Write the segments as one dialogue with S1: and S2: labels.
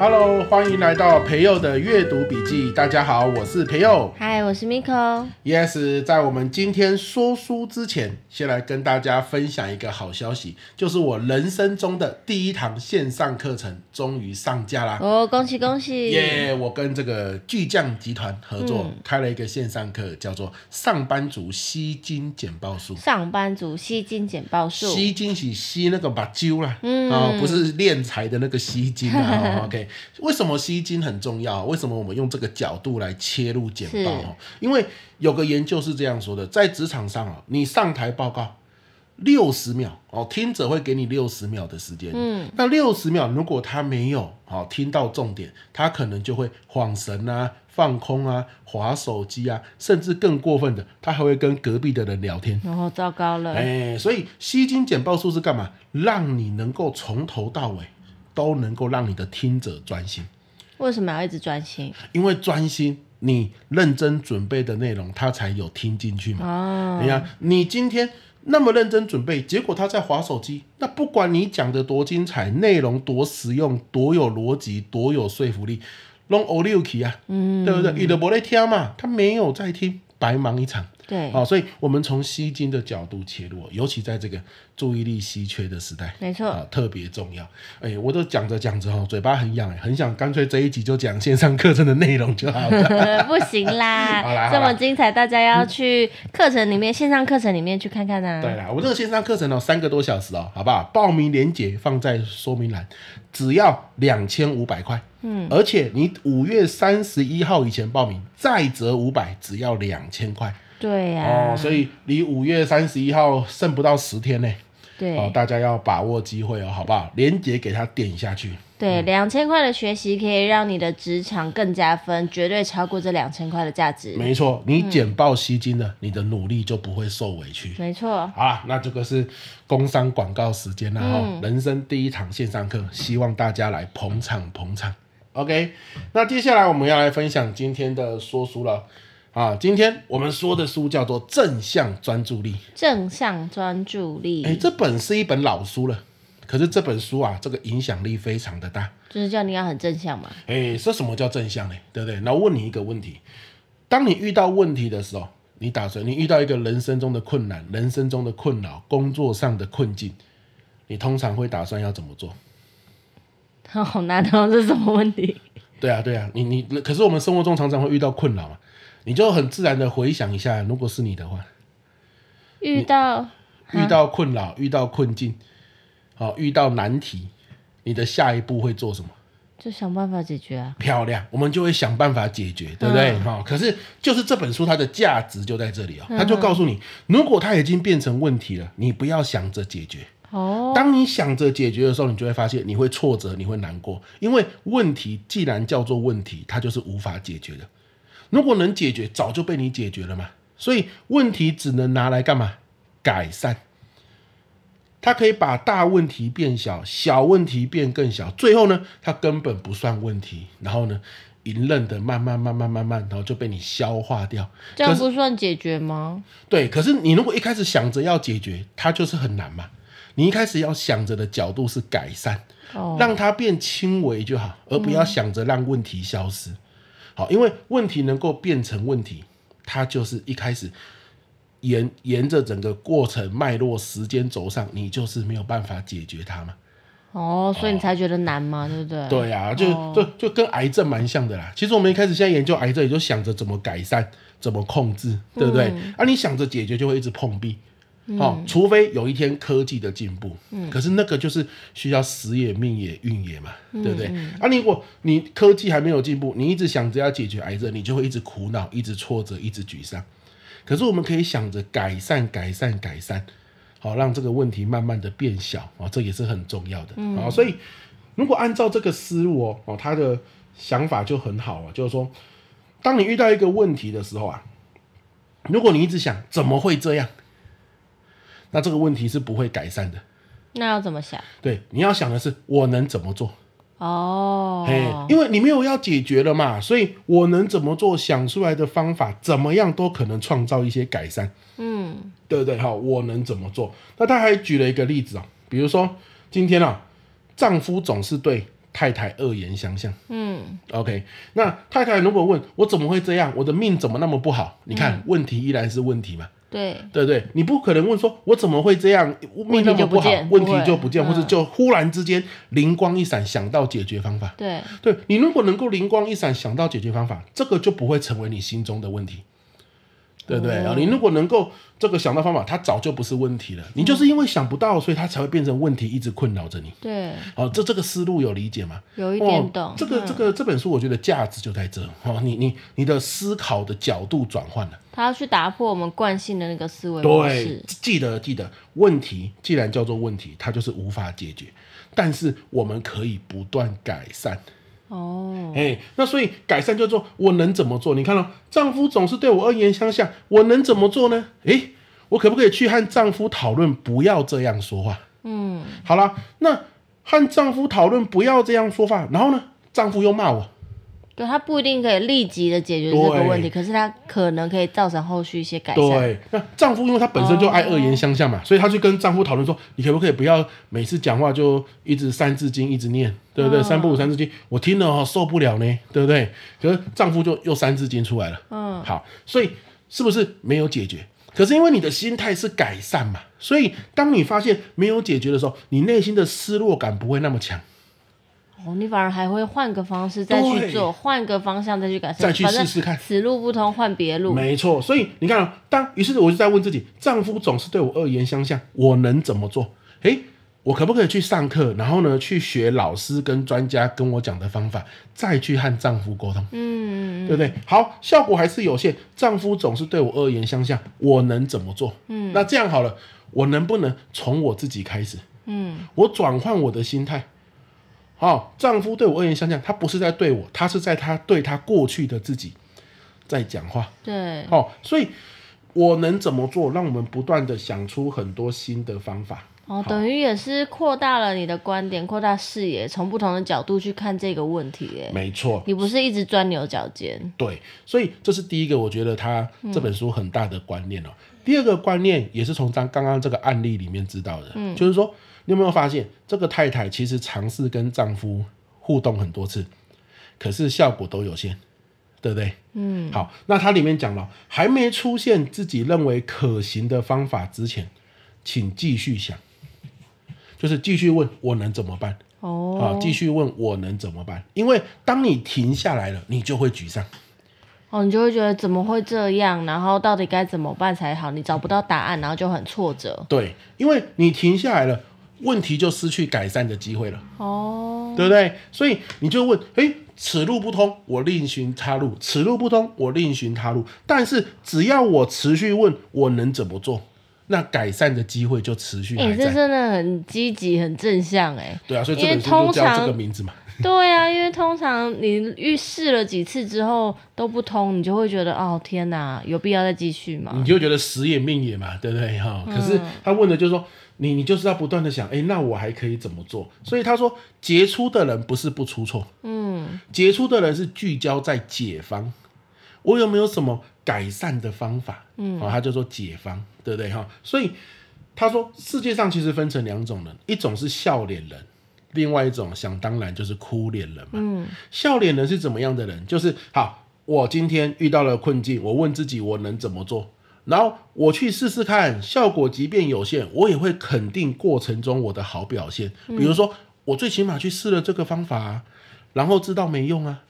S1: Hello，欢迎来到培佑的阅读笔记。大家好，我是培佑。
S2: 嗨，我是 Miko。
S1: Yes，在我们今天说书之前，先来跟大家分享一个好消息，就是我人生中的第一堂线上课程终于上架啦！
S2: 哦，恭喜恭喜！
S1: 耶、我跟这个巨匠集团合作、开了一个线上课，叫做《上班族吸金简报术》。
S2: 上班族吸金简报术，
S1: 吸金是吸那个把揪啦，啊、不是炼财的那个吸金啊、哦 OK，为什么吸金很重要？为什么我们用这个角度来切入简报？哦？因为有个研究是这样说的，在职场上啊，你上台报告六十秒哦，听者会给你六十秒的时间。嗯，那六十秒如果他没有好、哦、听到重点，他可能就会晃神啊。放空啊，划手机啊，甚至更过分的，他还会跟隔壁的人聊天。
S2: 然后哦糟糕了，
S1: 哎、所以吸金简报术是干嘛？让你能够从头到尾都能够让你的听者专心，
S2: 为什么要一直专心？
S1: 因为专心，你认真准备的内容，他才有听进去嘛。
S2: 哦，
S1: 你看，你今天那么认真准备，结果他在划手机，那不管你讲的多精彩，内容多实用，多有逻辑，多有说服力，弄欧六起啊，嗯，对不对？你的不在听嘛，他没有在听，白忙一场。
S2: 对，
S1: 哦好、所以我们从吸金的角度切入，哦尤其在这个注意力稀缺的时代，
S2: 没错
S1: 啊、特别重要。哎、我都讲着讲着哦，嘴巴很痒、哎很想干脆这一集就讲线上课程的内容就好 了。
S2: 不 行
S1: 好啦
S2: 啦，
S1: 好啦
S2: 这么精彩，大家要去课程里面、线上课程里面去看看啊。
S1: 对啦，我这个线上课程哦，三个多小时哦，好不好？报名链接放在说明栏，只要两千五百块。嗯，而且你五月三十一号以前报名，再折五百，只要两千块。
S2: 对呀、
S1: 哦，所以离五月三十一号剩不到十天呢。哦，
S2: 对
S1: 大家要把握机会哦，好不好？连接给他点下去。
S2: 对，两千块的学习可以让你的职场更加分，绝对超过这两千块的价值。
S1: 没错，你简报吸金了，你的努力就不会受委屈。
S2: 没错，
S1: 好啦，那这个是工商广告时间了哈、人生第一堂线上课，希望大家来捧场捧场。OK，那接下来我们要来分享今天的说书了啊。今天我们说的书叫做《正向专注力》，
S2: 正向专注力、
S1: 哎，这本是一本老书了，可是这本书啊，这个影响力非常的大。
S2: 就是叫你要很正向嘛。
S1: 哎，这什么叫正向呢？对不对？那我问你一个问题：当你遇到问题的时候，你打算你遇到一个人生中的困难、人生中的困扰、工作上的困境，你通常会打算要怎么做？
S2: 好难哦，这是什么问题？
S1: 对啊，对啊，你你可是我们生活中常常会遇到困扰嘛，你就很自然的回想一下，如果是你的话，
S2: 遇到
S1: 遇到困扰、遇到困境，好、遇到难题，你的下一步会做什么？
S2: 就想办法解决啊。
S1: 漂亮，我们就会想办法解决，对不对？哈、可是就是这本书它的价值就在这里哦，它就告诉你，如果它已经变成问题了，你不要想着解决。
S2: 哦，
S1: 当你想着解决的时候，你就会发现你会挫折，你会难过，因为问题既然叫做问题，它就是无法解决的。如果能解决，早就被你解决了嘛。所以问题只能拿来干嘛？改善。它可以把大问题变小，小问题变更小，最后呢，它根本不算问题，然后呢，隐忍的慢慢慢慢慢慢，然后就被你消化掉。
S2: 这样不算解决吗？
S1: 对，可是你如果一开始想着要解决，它就是很难嘛。你一开始要想着的角度是改善，
S2: 哦，
S1: 让它变轻微就好，而不要想着让问题消失。好，因为问题能够变成问题，它就是一开始沿沿着整个过程脉络、时间轴上，你就是没有办法解决它嘛。
S2: 哦，所以你才觉得难嘛，对不对？，
S1: 对啊，就、就就跟癌症蛮像的啦。其实我们一开始现在研究癌症，也就想着怎么改善、怎么控制，对不对？啊，你想着解决，就会一直碰壁。哦，除非有一天科技的进步，可是那个就是需要时也、命也、运也嘛，对不对？啊，你如果你科技还没有进步，你一直想着要解决癌症，你就会一直苦恼、一直挫折、一直沮丧。可是我们可以想着改善、改善、改善，好让这个问题慢慢的变小啊、哦，这也是很重要的啊、哦所以如果按照这个思路哦，哦，他的想法就很好啊，就是说，当你遇到一个问题的时候啊，如果你一直想怎么会这样，那这个问题是不会改善的。
S2: 那要怎么想？
S1: 对，你要想的是我能怎么做，
S2: 哦，
S1: 哎、因为你没有要解决了嘛，所以我能怎么做，想出来的方法怎么样都可能创造一些改善，
S2: 嗯
S1: 对不对？好，我能怎么做？那他还举了一个例子哦，比如说今天啊，丈夫总是对太太恶言相向。
S2: 嗯
S1: OK，那太太如果问我怎么会这样，我的命怎么那么不好？你
S2: 嗯
S1: 看、问题依然是问题嘛，
S2: 对，
S1: 对不对？你不可能问说我怎么会这样，命那么不好，
S2: 问
S1: 问
S2: 题就不见
S1: 题就不见，
S2: 不会嗯
S1: 或者就忽然之间灵光一闪想到解决方法。
S2: 对，
S1: 对你如果能够灵光一闪想到解决方法，这个就不会成为你心中的问题，对不对？
S2: 哦
S1: 啊，你如果能够这个想到方法，它早就不是问题了。你就是因为想不到，所以它才会变成问题，一直困扰着你。
S2: 对，
S1: 哦，这这个思路有理解吗？
S2: 有一
S1: 哦
S2: 点懂。，
S1: 这个这
S2: 嗯，
S1: 个这本书，我觉得价值就在这哦。你你你的思考的角度转换了，
S2: 他要去打破我们惯性的那个思维模
S1: 对
S2: 式，。
S1: 记得记得，问题既然叫做问题，它就是无法解决，但是我们可以不断改善。
S2: 哦，
S1: 哎、那所以改善就是说我能怎么做？你看到、丈夫总是对我恶言相向，我能怎么做呢？哎、我可不可以去和丈夫讨论不要这样说话？
S2: 嗯，
S1: 好啦，那和丈夫讨论不要这样说话，然后呢，丈夫又骂我，
S2: 对，他不一定可以立即的解决这个问题，可是他可能可以造成后续一些改善。哦
S1: 对，那丈夫因为他本身就爱恶言相向嘛，所以他去跟丈夫讨论说，你可不可以不要每次讲话就一直三字经一直念，对不对？
S2: 嗯
S1: 三不五三字经，我听了哦受不了呢，对不对？可是丈夫就又三字经出来了，
S2: 嗯，
S1: 好，所以是不是没有解决？可是因为你的心态是改善嘛，所以当你发现没有解决的时候，你内心的失落感不会那么强。
S2: 哦，你反而还会换个方式再去
S1: 对
S2: 做，换个方向再去改善，
S1: 再去
S2: 反正
S1: 试试看
S2: 此路不通，换别路。
S1: 没错，所以你看、啊，当于是我就在问自己，丈夫总是对我恶言相向，我能怎么做？诶，我可不可以去上课，然后呢，去学老师跟专家跟我讲的方法，再去和丈夫沟通，
S2: 嗯
S1: 对不对？好，效果还是有限。丈夫总是对我恶言相向，我能怎么做？嗯，那这样好了，我能不能从我自己开始？
S2: 嗯，
S1: 我转换我的心态。好、丈夫对我恶言相向，他不是在对我，他是在他对他过去的自己在讲话。
S2: 对，哦
S1: 好、哦所以我能怎么做，让我们不断的想出很多新的方法。
S2: 哦，等于也是扩大了你的观点，扩大视野，从不同的角度去看这个问题。哎，
S1: 没错，
S2: 你不是一直钻牛角尖。
S1: 对，所以这是第一个，我觉得他这本书很大的观念哦。第二个观念也是从刚刚刚这个案例里面知道的，就是说，你有没有发现这个太太其实尝试跟丈夫互动很多次，可是效果都有限，对不对？嗯，好，那它里面讲了，还没出现自己认为可行的方法之前，请继续想，就是继续问我能怎么办啊
S2: 哦，，
S1: 继续问我能怎么办，因为当你停下来了，你就会沮丧。
S2: 哦，你就会觉得怎么会这样，然后到底该怎么办才好？你找不到答案，然后就很挫折。
S1: 对，因为你停下来了，问题就失去改善的机会了，
S2: 哦，
S1: 对不对？所以你就问，诶，此路不通，我另寻他路；此路不通，我另寻他路。但是只要我持续问，我能怎么做，那改善的机会就持续
S2: 哎、
S1: 还
S2: 这
S1: 在。
S2: 真的很积极，很正向哎。
S1: 对啊，所以这
S2: 因为
S1: 本书就
S2: 通
S1: 叫这个
S2: 常
S1: 名字嘛。
S2: 对啊，因为通常你遇试了几次之后都不通，你就会觉得哦天哪，有必要再继续吗
S1: 你？就觉得死也命也嘛，对不对哈、
S2: 嗯
S1: 可是他问的就是说，你你就是要不断的想，哎，那我还可以怎么做？所以他说，杰出的人不是不出错，
S2: 嗯，
S1: 杰出的人是聚焦在解方，我有没有什么改善的方法？嗯，好、他就说解方，对不对哈、所以他说，世界上其实分成两种人，一种是笑脸人。另外一种想当然就是哭脸人嘛，嗯，笑脸人是怎么样的人？就是好，我今天遇到了困境，我问自己我能怎么做，然后我去试试看，效果即便有限，我也会肯定过程中我的好表现。比如说，我最起码去试了这个方法啊、然后知道没用啊，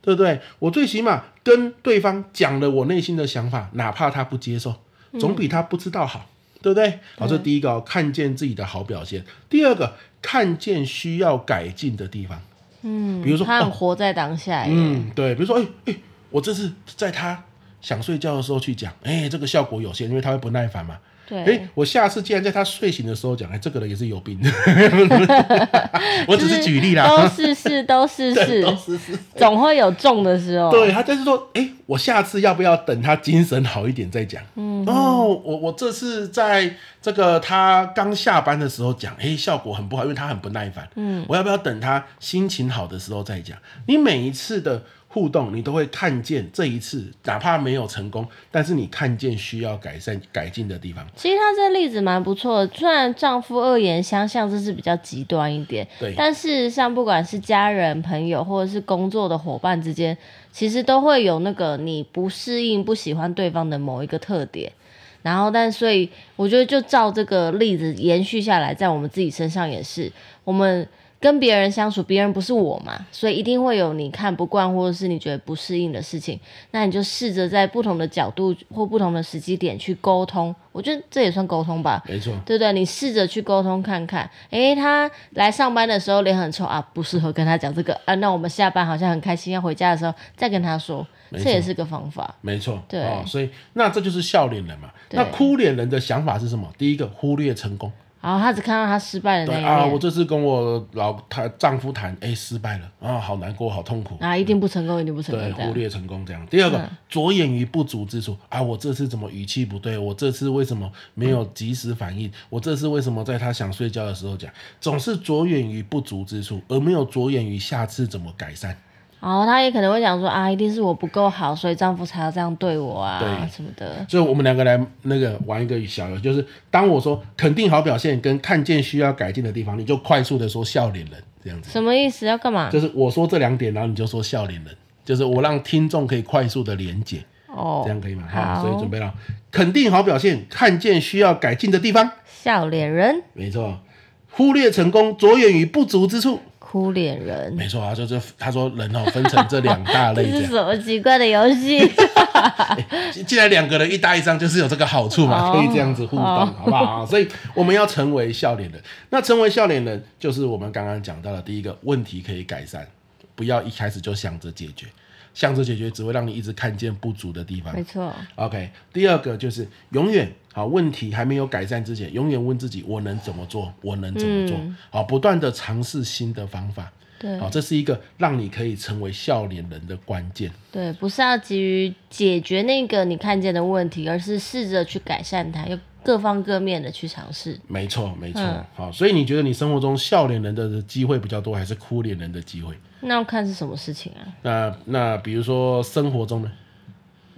S1: 对不对？我最起码跟对方讲了我内心的想法，哪怕他不接受，总比他不知道好，对不嗯对？好，这第一个哦、看见自己的好表现；第二个，看见需要改进的地方。嗯嗯，比如说，
S2: 他很
S1: 哦
S2: 活在当下耶。
S1: 嗯，对，比如说，哎、哎、我这次在他想睡觉的时候去讲，哎、这个效果有限，因为他会不耐烦嘛。
S2: 对，
S1: 哎、我下次既然在他睡醒的时候讲，哎、这个人也是有病的， 我只是举例
S2: 都
S1: 啦，
S2: 试试，都试
S1: 对都
S2: 试，
S1: 是是。
S2: 总会有中的时候。
S1: 对他就是说，哎、我下次要不要等他精神好一点再讲？嗯，哦，我我这次在这个他刚下班的时候讲，哎、效果很不好，因为他很不耐烦。嗯，我要不要等他心情好的时候再讲？你每一次的互动，你都会看见这一次，哪怕没有成功，但是你看见需要改善改进的地方。
S2: 其实她这例子蛮不错的，虽然丈夫恶言相向这是比较极端一点，
S1: 对
S2: 但事实上不管是家人、朋友或者是工作的伙伴之间，其实都会有那个你不适应、不喜欢对方的某一个特点。然后，但所以我觉得就照这个例子延续下来，在我们自己身上也是，我们跟别人相处，别人不是我嘛，所以一定会有你看不惯或者是你觉得不适应的事情。那你就试着在不同的角度或不同的时机点去沟通，我觉得这也算沟通吧。
S1: 没错，
S2: 对不对，你试着去沟通看看。诶，他来上班的时候脸很臭啊，不适合跟他讲这个啊。那我们下班好像很开心，要回家的时候再跟他说，
S1: 没错
S2: 这也是个方法。
S1: 没错，
S2: 对
S1: 哦，所以那这就是笑脸人嘛。
S2: 对
S1: 那哭脸人的想法是什么？第一个，忽略成功。
S2: 然后他只看到他失败的
S1: 对
S2: 那一
S1: 啊，我
S2: 面，
S1: 这次跟我老她丈夫谈，哎，失败了啊，好难过，好痛苦。
S2: 啊，一定不成功，一定不成
S1: 对，
S2: 功，这
S1: 忽
S2: 样。
S1: 略成功这样。第二个，
S2: 嗯
S1: 着眼于不足之处啊，我这次怎么语气不对？我这次为什么没有及时反应？我这次为什么在她想睡觉的时候讲？总是着眼于不足之处，而没有着眼于下次怎么改善。
S2: 然后哦他也可能会讲说啊，一定是我不够好，所以丈夫才要这样对我啊
S1: 对
S2: 什么的。
S1: 所以我们两个来那个玩一个小游戏，就是当我说肯定好表现跟看见需要改进的地方，你就快速的说笑脸人这样子。
S2: 什么意思？要干嘛？
S1: 就是我说这两点，然后你就说笑脸人，就是我让听众可以快速的连结，
S2: 哦
S1: 这，样可以吗？
S2: 好
S1: 所以准备了，肯定好表现，看见需要改进的地方，
S2: 笑脸人，
S1: 没错。忽略成功，着眼于不足之处，
S2: 哭脸人。
S1: 没错啊，就是他说人哦分成这两大
S2: 这
S1: 类这样，
S2: 是什么奇怪的游戏？
S1: 既既然两个人一搭一张，就是有这个好处嘛，
S2: 哦
S1: 可以这样子互动，
S2: 哦
S1: 好不好？所以我们要成为笑脸人，那成为笑脸人就是我们刚刚讲到的第一个问题可以改善，不要一开始就想着解决，想着解决只会让你一直看见不足的地方
S2: 没。错，
S1: OK，第二个就是永远好问题还没有改善之前，永远问自己我能怎么做，我能怎么做，
S2: 嗯
S1: 好不断的尝试新的方法，
S2: 对
S1: 好，这是一个让你可以成为笑脸人的关键。
S2: 对，不是要急于解决那个你看见的问题，而是试着去改善它，要各方各面的去尝试。
S1: 没错，没错
S2: 嗯。
S1: 好、所以你觉得你生活中笑脸人的机会比较多，还是哭脸人的机会？
S2: 那要看是什么事情啊，
S1: 那那比如说生活中呢？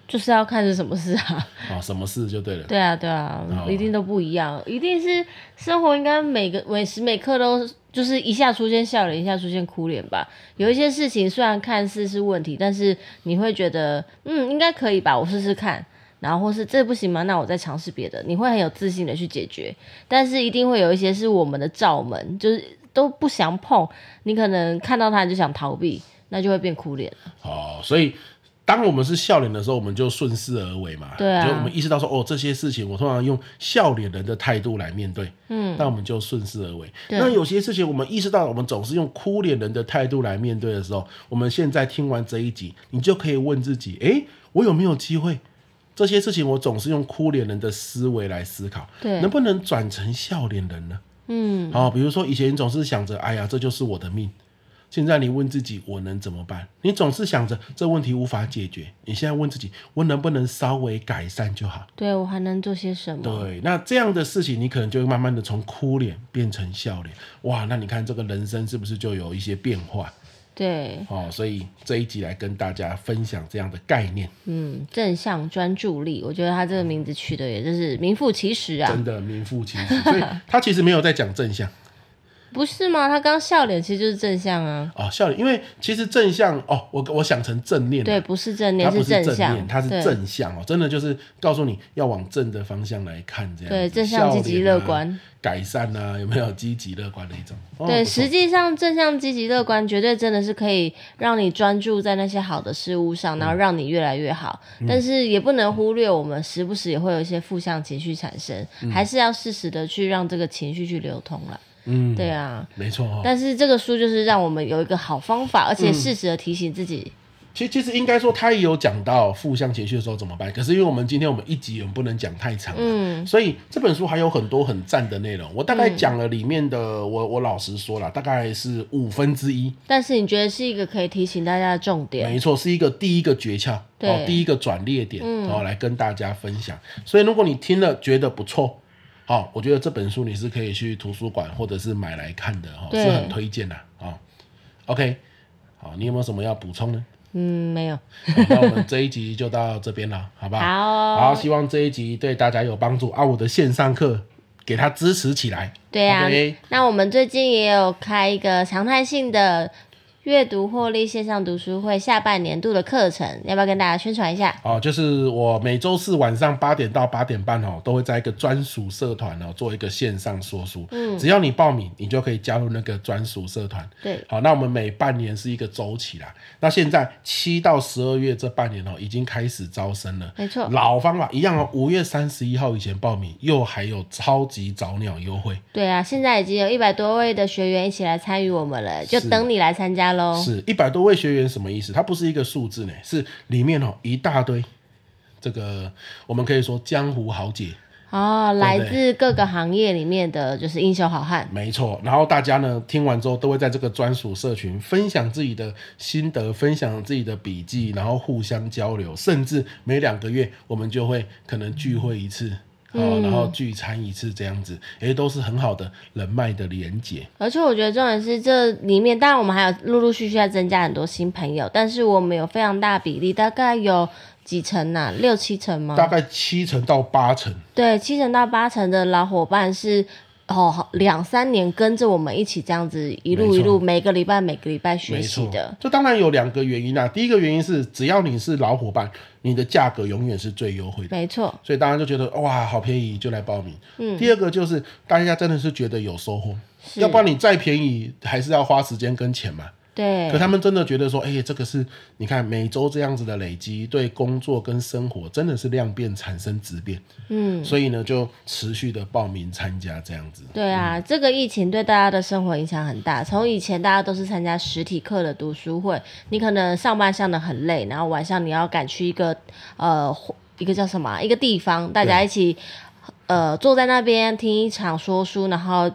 S2: 就是要看是什么事啊。
S1: 啊、什么事就对了。
S2: 对啊，对啊，
S1: 哦
S2: 一定都不一样，一定是生活应该每个每时每刻都就是一下出现笑脸，一下出现哭脸吧。有一些事情虽然看似是问题，但是你会觉得嗯应该可以吧，我试试看。然后或是这不行吗？那我再尝试别的，你会很有自信的去解决。但是一定会有一些是我们的罩门，就是都不想碰，你可能看到它你就想逃避，那就会变哭脸。
S1: 哦，所以当我们是笑脸的时候，我们就顺势而为嘛。
S2: 对啊
S1: 就我们意识到说，哦，这些事情我通常用笑脸人的态度来面对。嗯，那我们就顺势而为。
S2: 对
S1: 那有些事情我们意识到，我们总是用哭脸人的态度来面对的时候，我们现在听完这一集，你就可以问自己，诶，我有没有机会？这些事情我总是用哭脸人的思维来思考，
S2: 对
S1: 能不能转成笑脸人呢？
S2: 嗯，
S1: 哦，比如说以前你总是想着，哎呀，这就是我的命。现在你问自己，我能怎么办？你总是想着这问题无法解决，你现在问自己，我能不能稍微改善就好？
S2: 对我还能做些什么？
S1: 对，那这样的事情，你可能就会慢慢的从哭脸变成笑脸。哇，那你看这个人生是不是就有一些变化？
S2: 对，
S1: 哦，所以这一集来跟大家分享这样的概念，
S2: 嗯，正向专注力，我觉得他这个名字取得也就是名副其实啊，
S1: 真的名副其实。所以他其实没有在讲正向。
S2: 不是吗？他刚笑脸其实就是正向啊，
S1: 哦，笑脸，因为其实正向哦，我我想成正念了，
S2: 对，不是正
S1: 它
S2: 念，
S1: 不是
S2: 正
S1: 正
S2: 向，
S1: 面，它是
S2: 对
S1: 正向哦，真的就是告诉你要往正的方向来看，这样
S2: 对
S1: 子
S2: 正向积极乐、
S1: 笑脸
S2: 观
S1: 啊改善啊，有没有积极乐观的一种？哦、不
S2: 对，
S1: 错
S2: 实际上正向、积极、乐观，绝对真的是可以让你专注在那些好的事物
S1: 嗯
S2: 上，然后让你越来越好。但是也不能忽略，我们时不时也会有一些负向情绪产生，还是要适时的去让这个情绪去流通啦。
S1: 嗯，
S2: 对啊，
S1: 没错哦。嗯
S2: 但是这个书就是让我们有一个好方法，而且适时的提醒自己
S1: 其实其实应该说，他也有讲到负向情绪的时候怎么办。可是因为我们今天我们一集我们不能讲太长，嗯，所以这本书还有很多很赞的内容。我大概讲了里面的，
S2: 嗯
S1: 我我老实说了，大概是五分之一。
S2: 但是你觉得是一个可以提醒大家的重点？
S1: 没错，是一个第一个诀窍，
S2: 对嗯
S1: 哦，第一个转捩点，哦，来跟大家分享。所以如果你听了觉得不错，好、我觉得这本书你是可以去图书馆或者是买来看的，哈、哦，
S2: 对
S1: 是很推荐的，哦。OK，好，你有没有什么要补充呢？
S2: 嗯，没有。
S1: 好那我们这一集就到这边了， 好不好？
S2: 好哦
S1: 啊好，希望这一集对大家有帮助啊！我的线上课给他支持起来。
S2: 对啊
S1: OK
S2: 那我们最近也有开一个常态性的阅读获利线上读书会下半年度的课程，要不要跟大家宣传一下？
S1: 哦，就是我每周四晚上八点到八点半哦，都会在一个专属社团哦做一个线上说书。嗯，只要你报名，你就可以加入那个专属社团。
S2: 对，
S1: 好，那我们每半年是一个周期啦。那现在七到十二月这半年哦，已经开始招生了。
S2: 没错，
S1: 老方法一样哦，五月三十一号以前报名，又还有超级早鸟优惠。
S2: 对啊，现在已经有一百多位的学员一起来参与我们了，就是等你来参加喽。
S1: 是一百多位学员什么意思？它不是一个数字呢，是里面哦一大堆，这个我们可以说江湖豪杰，
S2: 哦，来
S1: 对
S2: 自各个行业里面的就是英雄好汉，
S1: 没错。然后大家呢听完之后，都会在这个专属社群分享自己的心得，分享自己的笔记，然后互相交流，甚至每两个月我们就会可能聚会一次。哦，然后聚餐一次这样子，诶，都是很好的人脉的连接。
S2: 而且我觉得重点是这里面，当然我们还有陆陆续续在增加很多新朋友，但是我们有非常大比例，大概有几成呐、六七成吗？
S1: 大概七成到八成，
S2: 对，七成到八成的老伙伴是哦，两三年跟着我们一起这样子一路
S1: 没错
S2: 一路，每个礼拜每个礼拜学
S1: 没
S2: 习
S1: 错
S2: 的。
S1: 这当然有两个原因啊，第一个原因是只要你是老伙伴，你的价格永远是最优惠的。
S2: 没错，
S1: 所以大家就觉得哦哇，好便宜，就来报名。嗯，第二个就是大家真的是觉得有收获，
S2: 是
S1: 要不然你再便宜还是要花时间跟钱嘛。
S2: 对
S1: 可，他们真的觉得说，哎、这个是你看每周这样子的累积，对工作跟生活真的是量变产生质变。嗯，所以呢就持续的报名参加这样子。
S2: 对啊，这个疫情对大家的生活影响很大。从以前大家都是参加实体课的读书会，你可能上班上的很累，然后晚上你要赶去一个呃一个叫什么啊一个地方，大家一起呃坐在那边听一场说书，然后。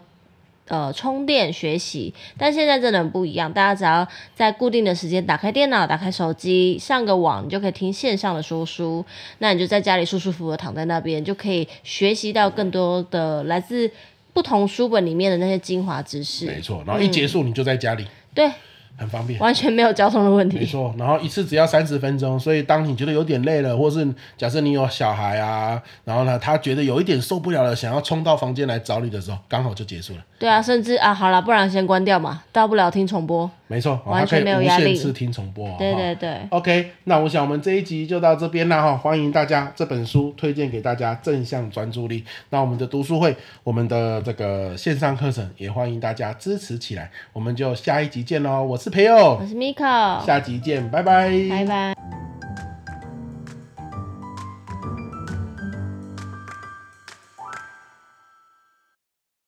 S2: 呃，充电学习，但现在真的很不一样。大家只要在固定的时间打开电脑、打开手机、上个网，你就可以听线上的说书。那你就在家里舒舒服服的躺在那边，就可以学习到更多的来自不同书本里面的那些精华知
S1: 没
S2: 识。
S1: 错，然后一结
S2: 嗯
S1: 束你就在家里，
S2: 对，
S1: 很方便。
S2: 完全没有交通的问
S1: 没
S2: 题。
S1: 错，然后一次只要三十分钟，所以当你觉得有点累了，或是假设你有小孩啊，然后呢，他觉得有一点受不了了，想要冲到房间来找你的时候，刚好就结束了。
S2: 对啊，甚至啊，好了，不然先关掉嘛，大不了听重播。
S1: 没错，哦、
S2: 完
S1: 他可
S2: 全
S1: 以
S2: 没有
S1: 无
S2: 压
S1: 限
S2: 力
S1: 次听重播、哦。
S2: 对
S1: 哈
S2: 对对，
S1: OK，那我想我们这一集就到这边啦哈，欢迎大家这本书推荐给大家正向专注力。那我们的读书会，我们的这个线上课程也欢迎大家支持起来，我们就下一集见喽。我是培佑
S2: 我，是 Miko，
S1: 下集见，拜拜
S2: 嗯拜拜。